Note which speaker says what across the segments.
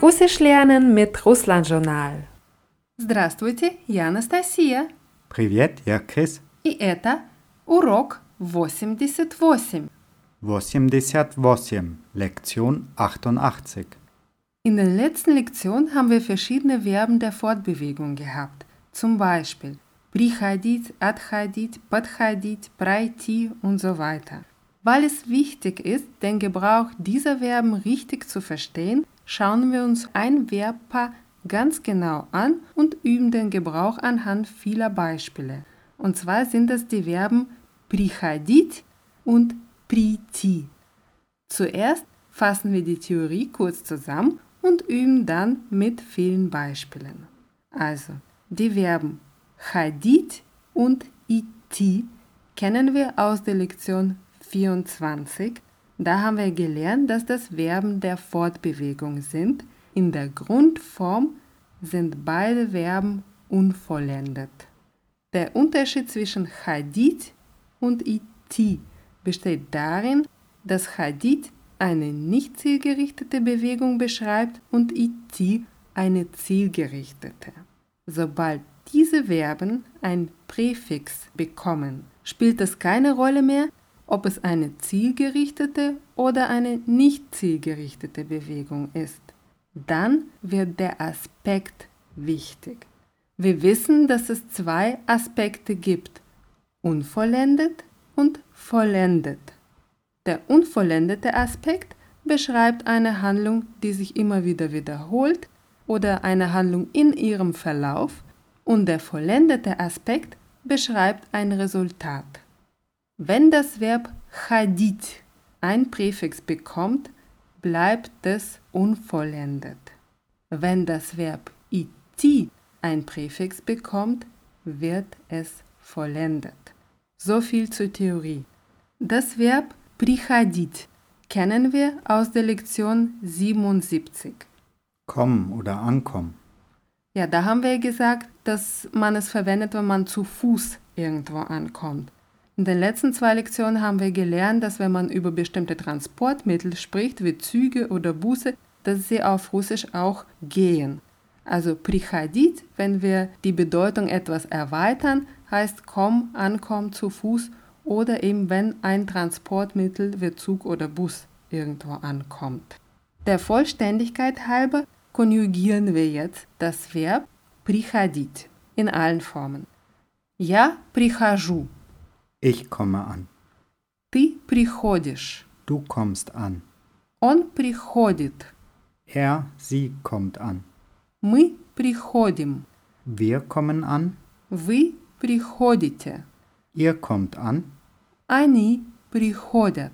Speaker 1: Russisch lernen mit Russland Journal.
Speaker 2: Здравствуйте, я Анастасия.
Speaker 3: Привет, я Крис.
Speaker 2: И это урок 88.
Speaker 3: 88, Lektion 88.
Speaker 2: In der letzten Lektion haben wir verschiedene Verben der Fortbewegung gehabt. Zum Beispiel приходить, отходить, подходить, пройти und so weiter. Weil es wichtig ist, den Gebrauch dieser Verben richtig zu verstehen, schauen wir uns ein Verbpaar ganz genau an und üben den Gebrauch anhand vieler Beispiele. Und zwar sind das die Verben приходить und прийти. Zuerst fassen wir die Theorie kurz zusammen und üben dann mit vielen Beispielen. Also, die Verben ходить und идти kennen wir aus der Lektion 24. Da haben wir gelernt, dass das Verben der Fortbewegung sind. In der Grundform sind beide Verben unvollendet. Der Unterschied zwischen ходить und идти besteht darin, dass ходить eine nicht zielgerichtete Bewegung beschreibt und идти eine zielgerichtete. Sobald diese Verben ein Präfix bekommen, spielt es keine Rolle mehr, ob es eine zielgerichtete oder eine nicht zielgerichtete Bewegung ist. Dann wird der Aspekt wichtig. Wir wissen, dass es zwei Aspekte gibt, unvollendet und vollendet. Der unvollendete Aspekt beschreibt eine Handlung, die sich immer wieder wiederholt oder eine Handlung in ihrem Verlauf und der vollendete Aspekt beschreibt ein Resultat. Wenn das Verb ходить ein Präfix bekommt, bleibt es unvollendet. Wenn das Verb идти ein Präfix bekommt, wird es vollendet. So viel zur Theorie. Das Verb приходить kennen wir aus der Lektion 77.
Speaker 3: Kommen oder ankommen.
Speaker 2: Ja, da haben wir gesagt, dass man es verwendet, wenn man zu Fuß irgendwo ankommt. In den letzten zwei Lektionen haben wir gelernt, dass wenn man über bestimmte Transportmittel spricht, wie Züge oder Busse, dass sie auf Russisch auch gehen. Also приходить, wenn wir die Bedeutung etwas erweitern, heißt komm, ankomm, zu Fuß oder eben wenn ein Transportmittel wie Zug oder Bus irgendwo ankommt. Der Vollständigkeit halber konjugieren wir jetzt das Verb приходить in allen Formen. Я прихожу.
Speaker 3: Ich komme an.
Speaker 2: Ты приходишь.
Speaker 3: Du kommst an.
Speaker 2: Он приходит.
Speaker 3: Er, sie kommt an.
Speaker 2: Мы приходим.
Speaker 3: Wir kommen an.
Speaker 2: Вы приходите.
Speaker 3: Ihr kommt an.
Speaker 2: Они приходят.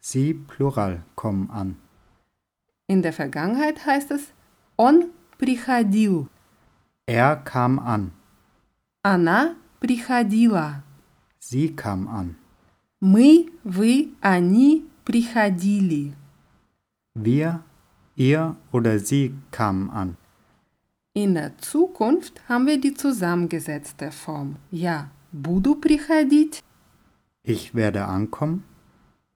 Speaker 3: Sie, Plural, kommen an.
Speaker 2: In der Vergangenheit heißt es он приходил.
Speaker 3: Er kam an.
Speaker 2: Она приходила.
Speaker 3: Sie kam an.
Speaker 2: Мы, вы, они приходили.
Speaker 3: Wir, ihr oder sie kamen an.
Speaker 2: In der Zukunft haben wir die zusammengesetzte Form. Я буду приходить,
Speaker 3: Ich werde ankommen.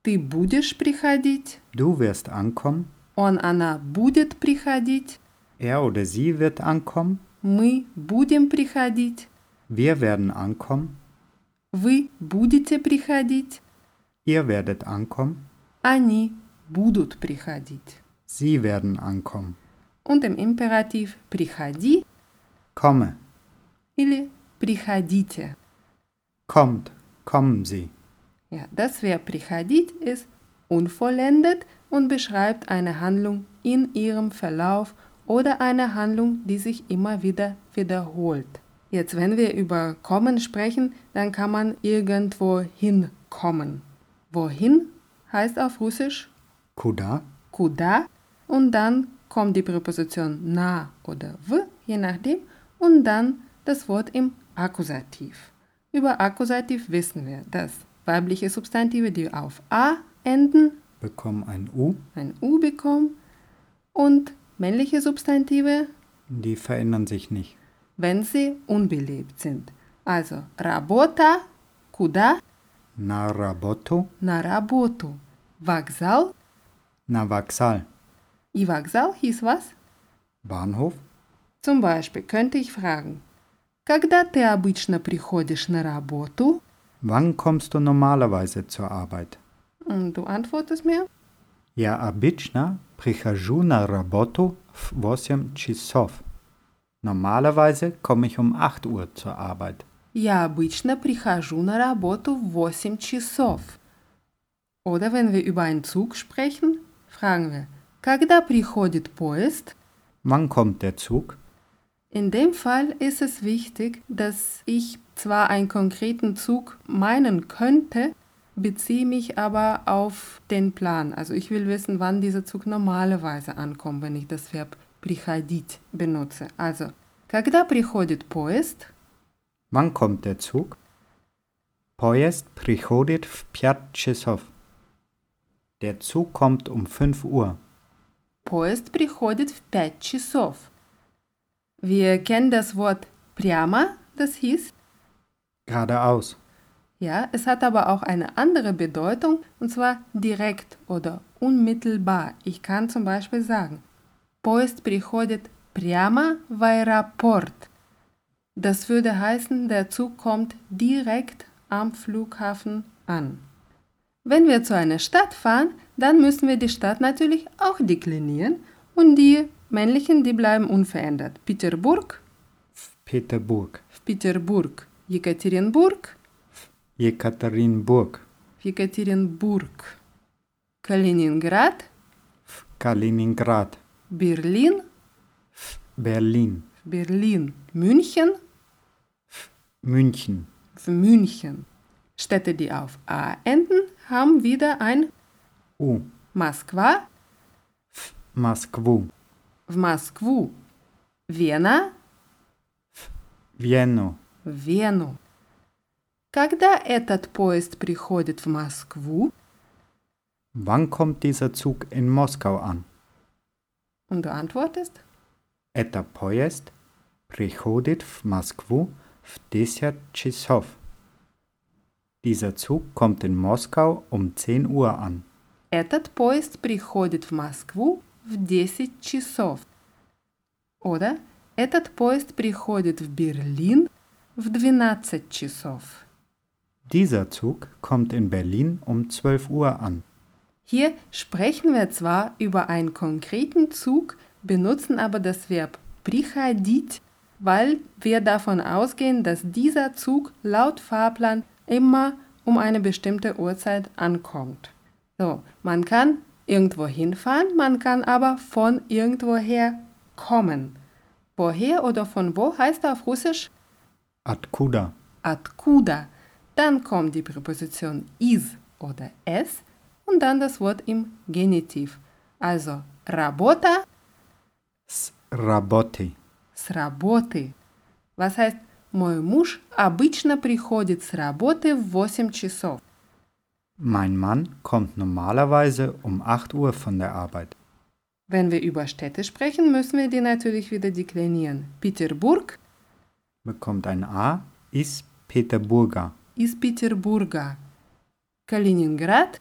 Speaker 2: ты будешь приходить,
Speaker 3: Du wirst ankommen.
Speaker 2: он, она будет приходить,
Speaker 3: Er oder sie wird ankommen.
Speaker 2: мы будем приходить,
Speaker 3: Wir werden ankommen.
Speaker 2: вы будете приходить,
Speaker 3: Ihr werdet ankommen.
Speaker 2: они будут приходить.
Speaker 3: Sie werden ankommen.
Speaker 2: Und im Imperativ приходи
Speaker 3: Komme.
Speaker 2: или приходите.
Speaker 3: Kommt. Kommen Sie.
Speaker 2: Ja, das Verb приходить ist unvollendet und beschreibt eine Handlung in ihrem Verlauf oder eine Handlung, die sich immer wieder wiederholt. Jetzt, wenn wir über kommen sprechen, dann kann man irgendwo hinkommen. Wohin heißt auf Russisch
Speaker 3: Kuda.
Speaker 2: куда und dann kommt die Präposition na oder w, je nachdem, und dann das Wort im Akkusativ. Über Akkusativ wissen wir, dass weibliche Substantive, die auf a enden,
Speaker 3: Bekommen ein U.
Speaker 2: ein u bekommen und männliche Substantive,
Speaker 3: Die verändern sich nicht.
Speaker 2: wenn sie unbelebt sind. Also работа, куда,
Speaker 3: Na Raboto.
Speaker 2: на работу, вокзал,
Speaker 3: Na Vaksal.
Speaker 2: и вокзал hieß was?
Speaker 3: Bahnhof?
Speaker 2: Zum Beispiel könnte ich fragen, когда ты обычно приходишь на работу?
Speaker 3: Wann kommst du normalerweise zur Arbeit?
Speaker 2: Und du antwortest mir,
Speaker 3: Ja обычно прихожу на работу в 8 часов. Normalerweise komme ich um 8 Uhr zur Arbeit.
Speaker 2: я обычно прихожу на работу в 8 часов. Oder wenn wir über einen Zug sprechen, fragen wir, когда приходит поезд?
Speaker 3: Wann kommt der Zug?
Speaker 2: In dem Fall ist es wichtig, dass ich zwar einen konkreten Zug meinen könnte, beziehe mich aber auf den Plan. Also ich will wissen, wann dieser Zug normalerweise ankommt, wenn ich das Verb приходить benutze. Also, когда приходит поезд?
Speaker 3: Wann kommt der Zug? Поезд приходит в 5 часов. Der Zug kommt um 5 Uhr.
Speaker 2: Поезд приходит в 5 часов. Wir kennen das Wort прямо, das hieß
Speaker 3: Geradeaus.
Speaker 2: Ja, es hat aber auch eine andere Bedeutung, und zwar direkt oder unmittelbar. Ich kann zum Beispiel sagen, Поезд приходит прямо в аэропорт. Das würde heißen, der Zug kommt direkt am Flughafen an. Wenn wir zu einer Stadt fahren, dann müssen wir die Stadt natürlich auch deklinieren und die männlichen, die bleiben unverändert. Peterburg,
Speaker 3: В Peterburg.
Speaker 2: в Петербург, Екатеринбург,
Speaker 3: Jekaterinburg.
Speaker 2: в Екатеринбург, Калининград,
Speaker 3: В Kaliningrad.
Speaker 2: Берлин,
Speaker 3: В Berlin.
Speaker 2: в Берлин, München,
Speaker 3: München.
Speaker 2: в München. Städte, die auf A enden, haben wieder ein
Speaker 3: U.
Speaker 2: Moskwa,
Speaker 3: В Москву.
Speaker 2: в Москву, Вена,
Speaker 3: Vienna.
Speaker 2: в Вену. Когда этот поезд приходит в Москву,
Speaker 3: Wann kommt dieser Zug in Moskau an?
Speaker 2: und du antwortest,
Speaker 3: Это поезд приходит в Москву в 10 часов. Dieser Zug kommt in Moskau um 10 Uhr an.
Speaker 2: Этот поезд приходит в Москву в 10 часов. Oder этот поезд приходит в Берлин в 12 часов.
Speaker 3: Dieser Zug kommt in Berlin um 12 Uhr an.
Speaker 2: Hier sprechen wir zwar über einen konkreten Zug, benutzen aber das Verb приходить, weil wir davon ausgehen, dass dieser Zug laut Fahrplan immer um eine bestimmte Uhrzeit ankommt. So, man kann irgendwo hinfahren, man kann aber von irgendwoher kommen. Woher oder von wo heißt auf Russisch
Speaker 3: Откуда?
Speaker 2: откуда. Dann kommt die Präposition из oder es und dann das Wort im Genitiv. Also работа
Speaker 3: С работы.
Speaker 2: с работы. Was heißt, мой муж обычно приходит с работы в 8 часов.
Speaker 3: Mein Mann kommt normalerweise um 8 Uhr von der Arbeit.
Speaker 2: Wenn wir über Städte sprechen, müssen wir die natürlich wieder deklinieren. Peterburg
Speaker 3: Bekommt ein A, ist Peterburger,
Speaker 2: из Петербурга. Калининград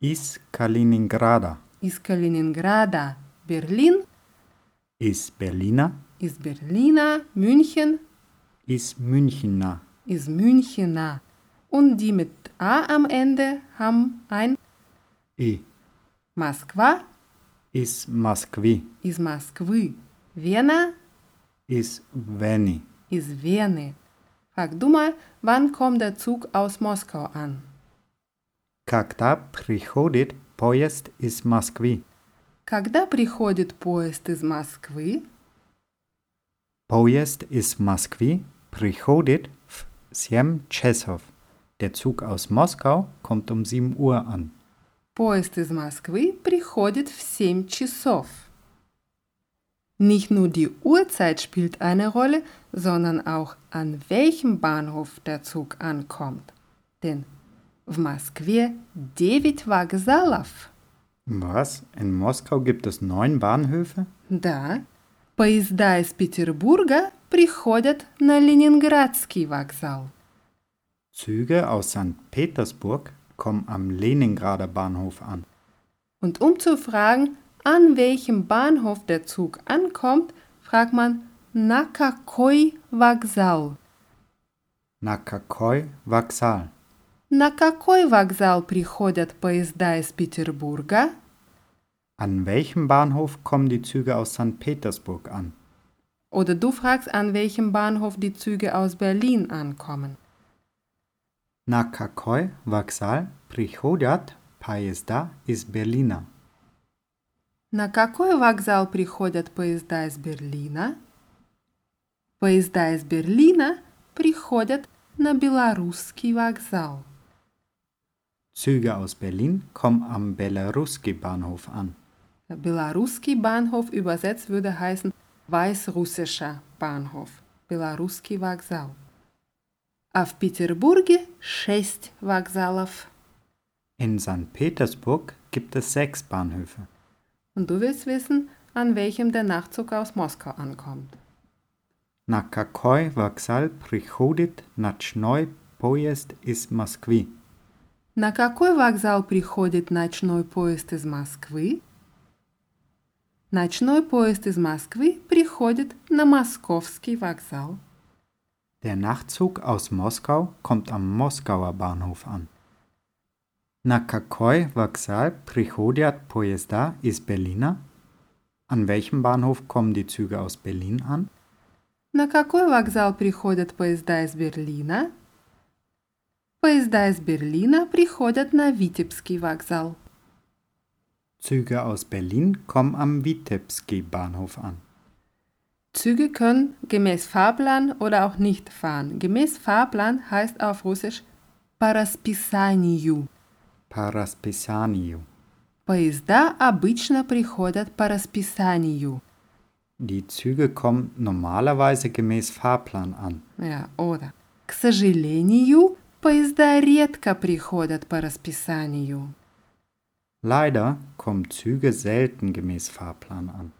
Speaker 3: ist Kaliningrader,
Speaker 2: из Калининграда. Берлин
Speaker 3: ist Berliner,
Speaker 2: из Берлина. Мюнхен
Speaker 3: ist Münchner.
Speaker 2: из Münchena. Und die mit A «а» am Ende haben ein
Speaker 3: I
Speaker 2: Moskwa
Speaker 3: ist Moskwi,
Speaker 2: из Москвы, Вена
Speaker 3: ist Veni.
Speaker 2: из Вены. Frag du mal, wann kommt der Zug aus Moskau an?
Speaker 3: Когда приходит поезд из Москвы?
Speaker 2: Когда приходит поезд из Москвы?
Speaker 3: Поезд из Москвы приходит в 7 часов. Der Zug aus Moskau kommt um 7 Uhr an.
Speaker 2: Поезд из Москвы приходит в 7 часов. Nicht nur die Uhrzeit spielt eine Rolle, sondern auch an welchem Bahnhof der Zug ankommt. Denn в Москве 9 вокзалов.
Speaker 3: Was? In Moskau gibt es neun Bahnhöfe?
Speaker 2: Да, поезда из Петербурга приходят на Ленинградский вокзал.
Speaker 3: Züge aus St. Petersburg kommen am Leningrader Bahnhof an.
Speaker 2: Und um zu fragen, an welchem Bahnhof der Zug ankommt, fragt man на какой вокзал.
Speaker 3: Nakakoi Vaksal.
Speaker 2: На какой вокзал приходят поезда из Петербурга?
Speaker 3: An welchem Bahnhof kommen die Züge aus St. Petersburg an?
Speaker 2: Oder du fragst, an welchem Bahnhof die Züge aus Berlin ankommen.
Speaker 3: Nakakoi Vaksal приходят поезда из Berlina.
Speaker 2: На какой вокзал приходят поезда из Берлина? Поезда из Берлина приходят на белорусский вокзал.
Speaker 3: Züge aus Berlin kommen am Belaruski Bahnhof an.
Speaker 2: Белорусский Bahnhof übersetzt würde heißen Weißrussischer Bahnhof, Белорусский вокзал. А в Петербурге шесть вокзалов.
Speaker 3: In St. Petersburg gibt es sechs Bahnhöfe.
Speaker 2: Und du willst wissen, an welchem der Nachtzug aus Moskau ankommt.
Speaker 3: Na kakoj vaksal prihodit načnoj pojezd iz Moskvi.
Speaker 2: На какой вокзал приходит ночной поезд из Москвы? Ночной поезд из Москвы приходит на Московский вокзал.
Speaker 3: Der Nachtzug aus Moskau kommt am Moskauer Bahnhof an. Na kakoj vaksal prihodjat pojezda iz Berlina? An welchem Bahnhof kommen die Züge aus Berlin an?
Speaker 2: На какой вокзал приходят поезда из Берлина? Поезда из Берлина приходят на Витебский вокзал.
Speaker 3: Züge aus Berlin kommen am Witebski Bahnhof an.
Speaker 2: Züge können gemäß Fahrplan oder auch nicht fahren. Gemäß Fahrplan heißt auf Russisch по расписанию.
Speaker 3: Paraspisanio.
Speaker 2: Поезда обычно приходят по расписанию.
Speaker 3: Die Züge kommen normalerweise gemäß Fahrplan an.
Speaker 2: Ja, oder. Э, К сожалению, поезда редко приходят по расписанию.
Speaker 3: Leider kommen Züge selten gemäß Fahrplan an.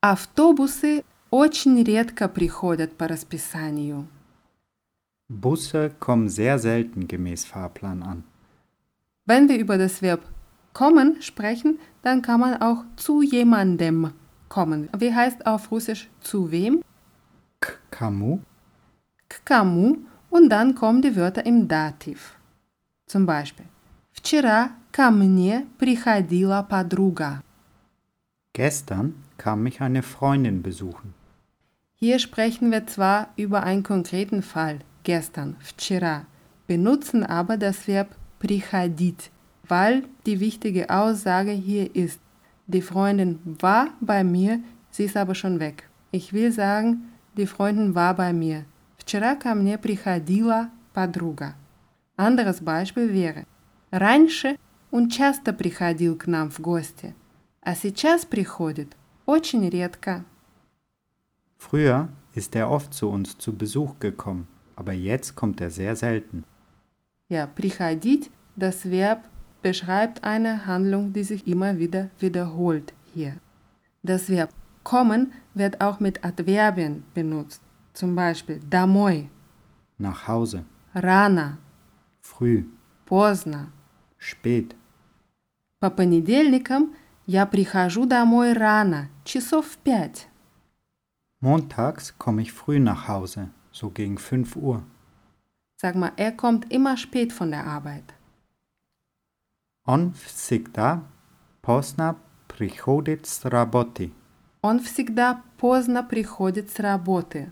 Speaker 2: Автобусы очень редко приходят по расписанию.
Speaker 3: Busse kommen sehr selten gemäß Fahrplan an.
Speaker 2: Wenn wir über das Verb kommen sprechen, dann kann man auch zu jemandem kommen. Wie heißt auf Russisch zu wem?
Speaker 3: K Kamu,
Speaker 2: К кому und dann kommen die Wörter im Dativ. Zum Beispiel. Вчера ко мне приходила подруга.
Speaker 3: gestern kam mich eine Freundin besuchen.
Speaker 2: Hier sprechen wir zwar über einen konkreten Fall, gestern, вчера, benutzen aber das Verb приходить, weil die wichtige Aussage hier ist, die Freundin war bei mir, sie ist aber schon weg. Ich will sagen, die Freundin war bei mir. Вчера ко мне приходила подруга. Anderes Beispiel wäre, раньше он часто приходил к нам в гости, а сейчас приходит очень редко.
Speaker 3: Früher ist er oft zu uns zu Besuch gekommen, aber jetzt kommt er sehr selten.
Speaker 2: Ja, приходить, das Verb beschreibt eine Handlung, die sich immer wieder wiederholt hier. Das Verb kommen wird auch mit Adverbien benutzt. Zum Beispiel домой,
Speaker 3: Nach Hause,
Speaker 2: рано,
Speaker 3: früh,
Speaker 2: поздно.
Speaker 3: spät.
Speaker 2: По понедельникам я прихожу домой рано, часов в пять.
Speaker 3: Montags komme ich früh nach Hause, so gegen 5 Uhr.
Speaker 2: Sag mal, er kommt immer spät von der Arbeit.
Speaker 3: On всегда поздно приходит с работы.
Speaker 2: Он всегда поздно приходит с работы.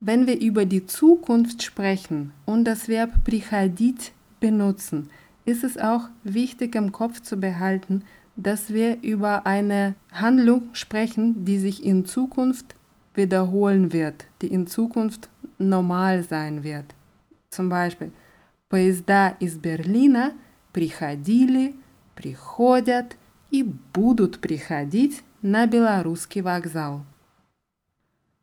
Speaker 2: Wenn wir über die Zukunft sprechen und das Verb приходить benutzen, ist es auch wichtig im Kopf zu behalten, dass wir über eine Handlung sprechen, die sich in Zukunft wiederholen wird, die in Zukunft normal sein wird. Zum Beispiel, поезда из Берлина приходили, приходят и будут приходить на белорусский вокзал.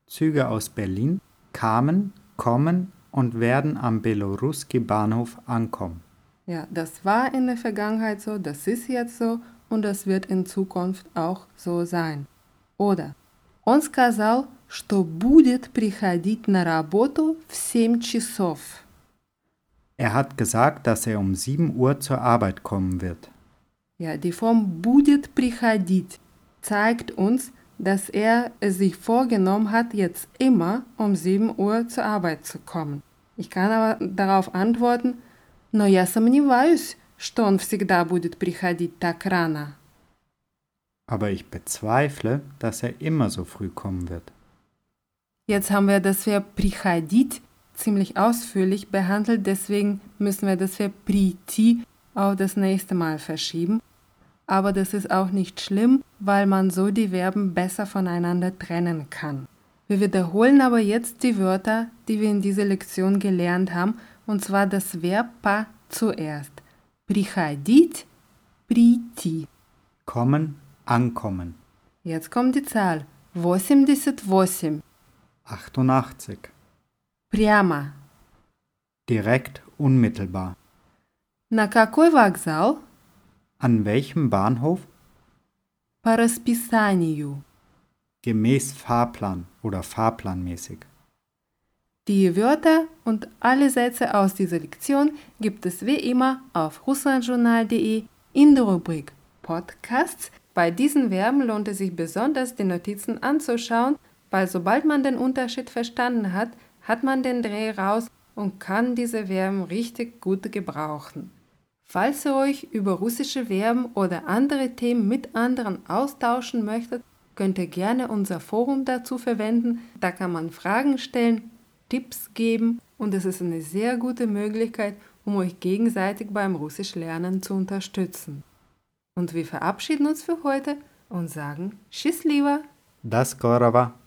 Speaker 3: Züge aus Berlin kamen, kommen und werden am Beloruski Bahnhof ankommen.
Speaker 2: Ja, das war in der Vergangenheit so, das ist jetzt so und das wird in Zukunft auch so sein. Oder он сказал, что будет приходить на работу в 7 часов.
Speaker 3: Er hat gesagt, dass er um 7 Uhr zur Arbeit kommen wird.
Speaker 2: Ja, die Form будет приходить zeigt uns, dass er es sich vorgenommen hat, jetzt immer um 7 Uhr zur Arbeit zu kommen. Ich kann aber darauf antworten, но я сомневаюсь, что он всегда будет приходить так рано.
Speaker 3: Aber ich bezweifle, dass er immer so früh kommen wird.
Speaker 2: Jetzt haben wir das Verb приходить ziemlich ausführlich behandelt, deswegen müssen wir das Verb прийти auf das nächste Mal verschieben. Aber das ist auch nicht schlimm, weil man so die Verben besser voneinander trennen kann. Wir wiederholen aber jetzt die Wörter, die wir in dieser Lektion gelernt haben, und zwar das Verb pa zuerst. Приходить, прийти.
Speaker 3: Kommen, ankommen.
Speaker 2: Jetzt kommt die Zahl 88.
Speaker 3: 88.
Speaker 2: Прямо.
Speaker 3: Direkt, unmittelbar.
Speaker 2: На какой вокзал?
Speaker 3: An welchem Bahnhof?
Speaker 2: По расписанию.
Speaker 3: Gemäß Fahrplan oder fahrplanmäßig.
Speaker 2: Die Wörter und alle Sätze aus dieser Lektion gibt es wie immer auf russlandjournal.de in der Rubrik Podcasts. Bei diesen Verben lohnt es sich besonders, die Notizen anzuschauen, weil sobald man den Unterschied verstanden hat, hat man den Dreh raus und kann diese Verben richtig gut gebrauchen. Falls ihr euch über russische Verben oder andere Themen mit anderen austauschen möchtet, könnt ihr gerne unser Forum dazu verwenden. Da kann man Fragen stellen, Tipps geben und es ist eine sehr gute Möglichkeit, um euch gegenseitig beim Russischlernen zu unterstützen. Und wir verabschieden uns für heute und sagen Tschüss lieber!
Speaker 3: Das Gorava.